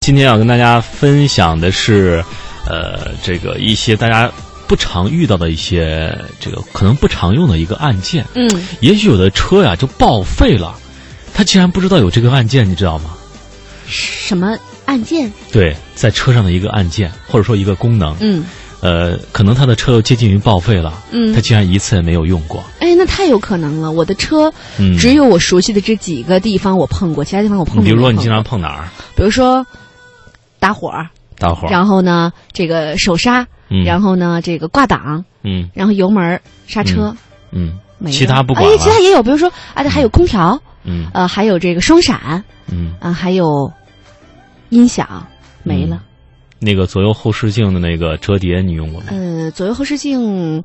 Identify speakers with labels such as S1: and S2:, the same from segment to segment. S1: 今天要跟大家分享的是，呃，这个一些大家不常遇到的一些这个可能不常用的一个按键。
S2: 嗯，
S1: 也许有的车呀、就报废了，他竟然不知道有这个按键，你知道吗？
S2: 什么按键？
S1: 对，在车上的一个按键或者说一个功能，
S2: 嗯
S1: 呃，可能他的车又接近于报废了，他
S2: 嗯，
S1: 竟然一次也没有用过。
S2: 哎，那太有可能了。我的车
S1: 嗯，
S2: 只有我熟悉的这几个地方我碰过，其他地方我碰
S1: 你
S2: 过。
S1: 比如说你经常，碰哪儿？
S2: 比如说打火儿，
S1: 大伙儿，
S2: 然后呢这个手刹，
S1: 嗯，
S2: 然后呢这个挂档，
S1: 嗯
S2: 然后油门儿、刹车，
S1: 嗯
S2: 没了
S1: 其他不管
S2: 哎，
S1: 了
S2: 其他也有，比如说啊，还有空调，
S1: 嗯
S2: 呃，还有这个双闪
S1: 嗯，
S2: 啊，还有音响，没了。
S1: 那个左右后视镜的那个折叠你用过吗？
S2: 呃，左右后视镜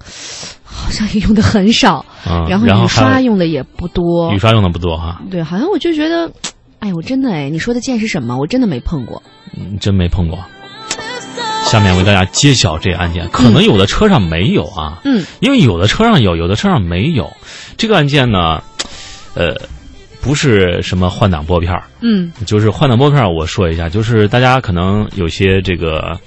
S2: 好像也用的很少，
S1: 啊，
S2: 然
S1: 然
S2: 后雨刷
S1: 还有
S2: 用的也不多。
S1: 雨刷用的不多哈，
S2: 对，好像我就觉得，哎，我真的哎，你说的键是什么？我真的没碰过。
S1: 嗯真没碰过。下面为大家揭晓这个按键，可能有的车上没有啊，
S2: 嗯
S1: 因为有的车上有，有的车上没有。这个按键呢，呃，不是什么换挡拨片儿，
S2: 嗯
S1: 就是换挡拨片，我说一下，就是大家可能有些这个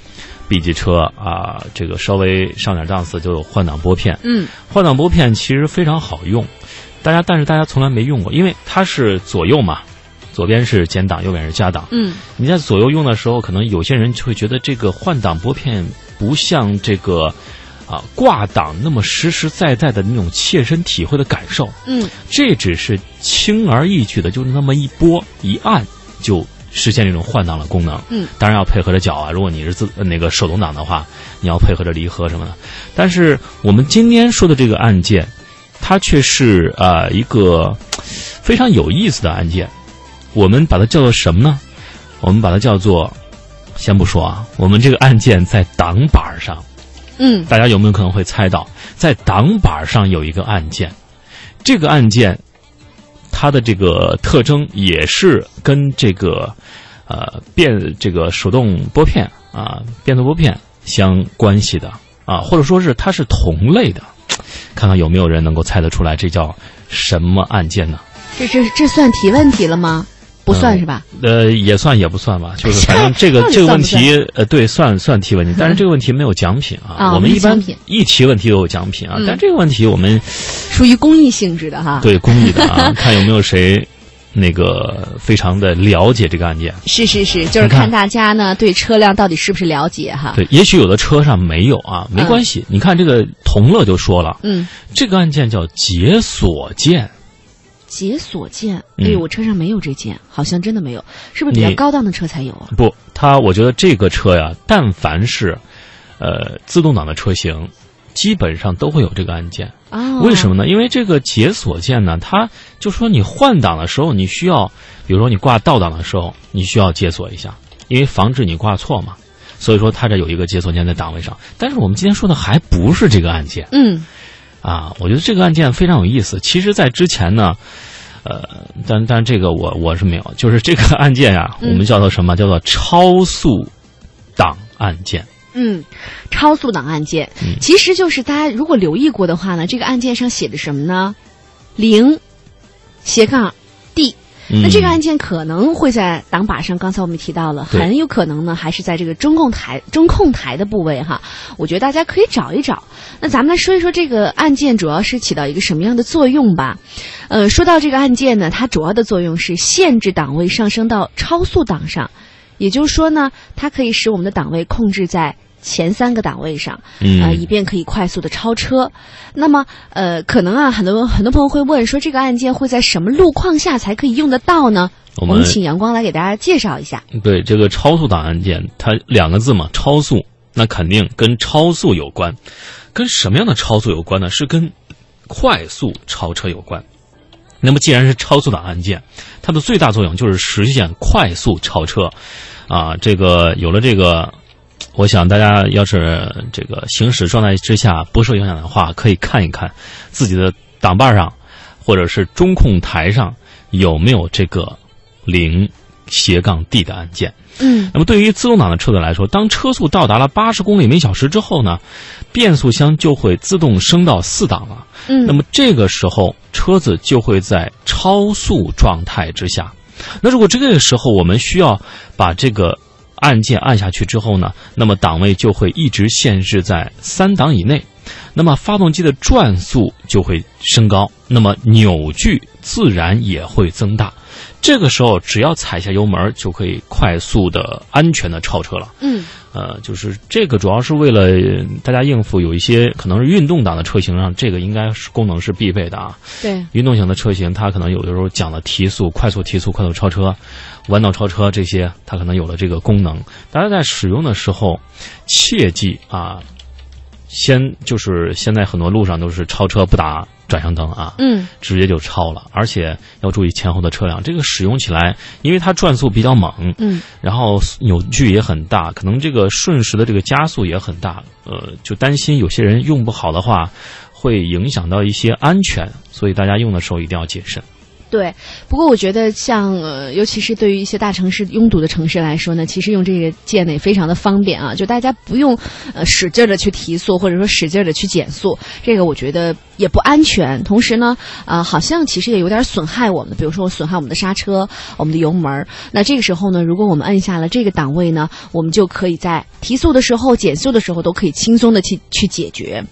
S1: B 级车啊，这个稍微上点档次就有换挡拨片。
S2: 嗯
S1: 换挡拨片其实非常好用，大家但是大家从来没用过，因为它是左右嘛，左边是减档，右边是加档。
S2: 嗯
S1: 你在左右用的时候，可能有些人就会觉得这个换挡拨片不像这个啊挂档那么实实在在的那种切身体会的感受。
S2: 嗯
S1: 这只是轻而易举的，就那么一拨一按就实现这种换挡的功能。
S2: 嗯，
S1: 当然要配合着脚啊，如果你是自呃那个手动挡的话，你要配合着离合什么的。但是我们今天说的这个按键，它却是呃一个呃非常有意思的按键，我们把它叫做什么呢？我们把它叫做。先不说啊，我们这个按键在挡板上，
S2: 嗯，
S1: 大家有没有可能会猜到，在挡板上有一个按键，这个按键它的这个特征也是跟这个呃变这个手动拨片啊、变速拨片相关系的啊，或者说是它是同类的。看看有没有人能够猜得出来，这叫什么按键呢？
S2: 这这这算提问题了吗？不算是吧？
S1: 呃，也算也不算吧，就是反 正这个
S2: 到底
S1: 这个
S2: 算
S1: 问
S2: 不算
S1: 题，呃，对，算算提问题，但是这个问题没有奖品啊。
S2: 啊
S1: 我们
S2: 没
S1: 一般
S2: 奖品
S1: 一提问题都有奖品啊，
S2: 嗯
S1: 但这个问题我们
S2: 属于公益性质的哈。，
S1: 对公益的啊，看有没有谁那个非常的了解这个案件。
S2: 是是是，就
S1: 你
S2: 是
S1: 看
S2: 看大家呢对车辆到底是不是了解哈。
S1: 对，也许有的车上没有啊，没关系。你看这个同乐就说了，
S2: 嗯，
S1: 这个按键叫解锁键，
S2: 解锁键，对
S1: 嗯
S2: 哎我车上没有这键，好像真的没有，是不是比
S1: 你
S2: 较高档的车才有啊？
S1: 不，它我觉得这个车呀，但凡是呃自动挡的车型，基本上都会有这个按键。
S2: 啊，
S1: 为什么？呢？因为这个解锁键呢，它就说你换挡的时候，你需要，比如说你挂倒档的时候，你需要解锁一下，因为防止你挂错嘛。所以说它这有一个解锁键在档位上，但是我们今天说的还不是这个按键
S2: 嗯
S1: 啊，我觉得这个按键非常有意思。其实，在之前呢，呃，但但这个我我是没有，就是这个按键啊，我
S2: 嗯
S1: 们叫做什么？叫做超速档按键。
S2: 嗯，超速档按键，
S1: 嗯
S2: 其实就是大家如果留意过的话呢，这个按键上写的什么呢？零斜杠 D。那这个
S1: 嗯
S2: 按键可能会在挡把上，刚才我们也提到了，
S1: 对
S2: 很有可能呢还是在这个中控台中控台的部位哈。我觉得大家可以找一找。那咱们来说一说这个按键主要是起到一个什么样的作用吧。呃，说到这个按键呢，它主要的作用是限制档位上升到超速档上，也就是说呢，它可以使我们的档位控制在前三个档位上。呃，以
S1: 嗯
S2: 便可以快速的超车。那么，呃，可能啊，很多很多朋友会问说，这个按键会在什么路况下才可以用得到呢？
S1: 我
S2: 我
S1: 们
S2: 们请阳光来给大家介绍一下。
S1: 对这个超速档案件，它两个字嘛，超速，那肯定跟超速有关。跟什么样的超速有关呢？是跟快速超车有关。那么，既然是超速档案件，它的最大作用就是实现快速超车。啊，这个有了这个，我想大家要是这个行驶状态之下不受影响的话，可以看一看自己的挡把上或者是中控台上有没有这个零斜杠 D 的按键。
S2: 嗯
S1: 那么对于自动挡的车子来说，当车速到达了八十公里每小时之后呢，变速箱就会自动升到四档了。
S2: 嗯
S1: 那么这个时候，车子就会在超速状态之下。那如果这个时候我们需要把这个按键按下去之后呢，那么档位就会一直限制在三档以内，那么发动机的转速就会升高，那么扭矩自然也会增大。这个时候只要踩下油门，就可以快速的、安全的超车了。
S2: 嗯，
S1: 呃，就是这个主要是为了呃大家应付有一些可能是运动档的车型上，这个应该是功能是必备的啊。
S2: 对，
S1: 运动型的车型，它可能有的时候讲了提速、快速提速、快速超车、弯道超车这些，它可能有了这个功能。大家在使用的时候，切记啊，先就是现在很多路上都是超车不打转向灯啊，
S2: 嗯，
S1: 直接就超了，而且要注意前后的车辆。这个使用起来，因为它转速比较猛，
S2: 嗯，
S1: 然后扭矩也很大，可能这个瞬时的这个加速也很大，呃，就担心有些人用不好的话，会影响到一些安全，所以大家用的时候一定要谨慎。
S2: 对。不过我觉得像，呃，尤其是对于一些大城市拥堵的城市来说呢，其实用这个键呢也非常的方便啊，就大家不用呃使劲的去提速，或者说使劲的去减速，这个我觉得也不安全。同时呢，呃，好像其实也有点损害我们，比如说损害我们的刹车、我们的油门儿。那这个时候呢，如果我们按下了这个档位呢，我们就可以在提速的时候、减速的时候都可以轻松的去去解决。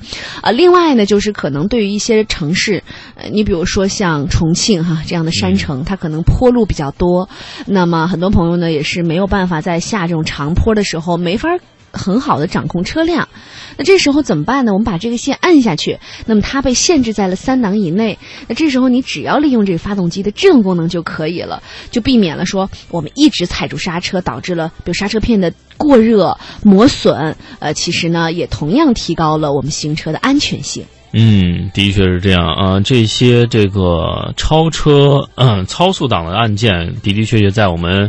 S2: 呃，另外呢，就是可能对于一些城市，呃，你比如说像重庆哈、这样的山城，它可能坡路比较多，那么很多朋友呢也是没有办法在下这种长坡的时候没法。很好的掌控车辆，那这时候怎么办呢？我们把这个线按下去，那么它被限制在了三档以内。那这时候你只要利用这个发动机的制动功能就可以了，就避免了说我们一直踩住刹车，导致了比如刹车片的过热、磨损。呃，其实呢，也同样提高了我们行车的安全性。
S1: 嗯，的确是这样啊。这些这个超车、嗯、超速档的按键，的的确确在我们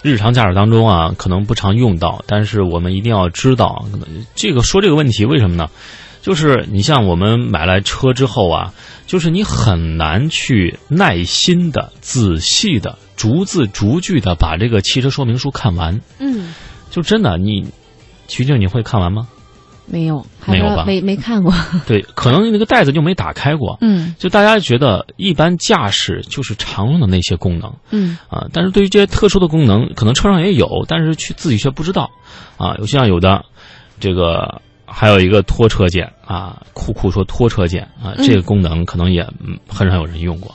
S1: 日常驾驶当中啊，可能不常用到，但是我们一定要知道可能这个说这个问题为什么呢？就是你像我们买来车之后啊，就是你很难去耐心的、仔细的、逐字逐句的把这个汽车说明书看完。
S2: 嗯，
S1: 就真的你，徐静，你会看完吗？
S2: 没有，还
S1: 没有
S2: 不知道
S1: 吧
S2: 没没看 过。
S1: 对，可能那个袋子就没打开过。
S2: 嗯
S1: 就大家觉得一般驾驶就是常用的那些功能
S2: 嗯
S1: 啊，但是对于这些特殊的功能，可能车上也有，但是去自己却不知道啊。有像有的这个还有一个拖车键啊，酷酷说拖车键啊，
S2: 嗯
S1: 这个功能可能也嗯很少有人用过。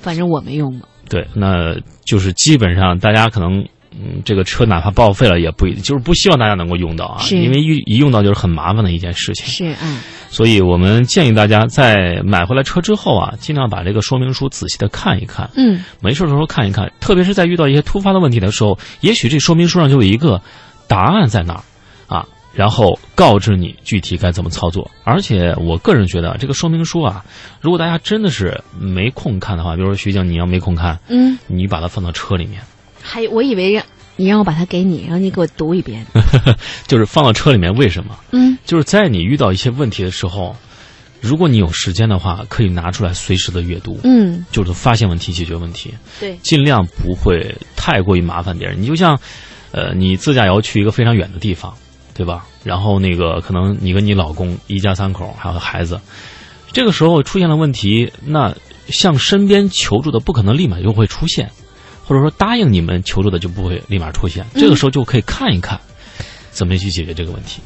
S2: 反正我没用过。
S1: 对，那就是基本上大家可能。嗯，这个车哪怕报废了，也不一就是不希望大家能够用到啊，
S2: 是
S1: 因为一一用到就是很麻烦的一件事情。
S2: 是啊，
S1: 所以我们建议大家在买回来车之后啊，尽量把这个说明书仔细的看一看，
S2: 嗯
S1: 没事的时候看一看，特别是在遇到一些突发的问题的时候，也许这说明书上就有一个答案在那儿啊，然后告知你具体该怎么操作。而且我个人觉得这个说明书啊，如果大家真的是没空看的话，比如说徐静，你要没空看，
S2: 嗯，
S1: 你把它放到车里面，
S2: 还我以为让你让我把它给你，然后你给我读一遍。
S1: 就是放到车里面，为什么？
S2: 嗯
S1: 就是在你遇到一些问题的时候，如果你有时间的话，可以拿出来随时的阅读。
S2: 嗯，
S1: 就是发现问题、解决问题，
S2: 对，
S1: 尽量不会太过于麻烦别人。你就像，呃，你自驾游去一个非常远的地方，对吧？然后那个可能你跟你老公一家三口还有孩子，这个时候出现了问题，那向身边求助的不可能立马就会出现，或者说答应你们求助的就不会立马出现。这个时候就可以看一看，怎么去解决这个问题。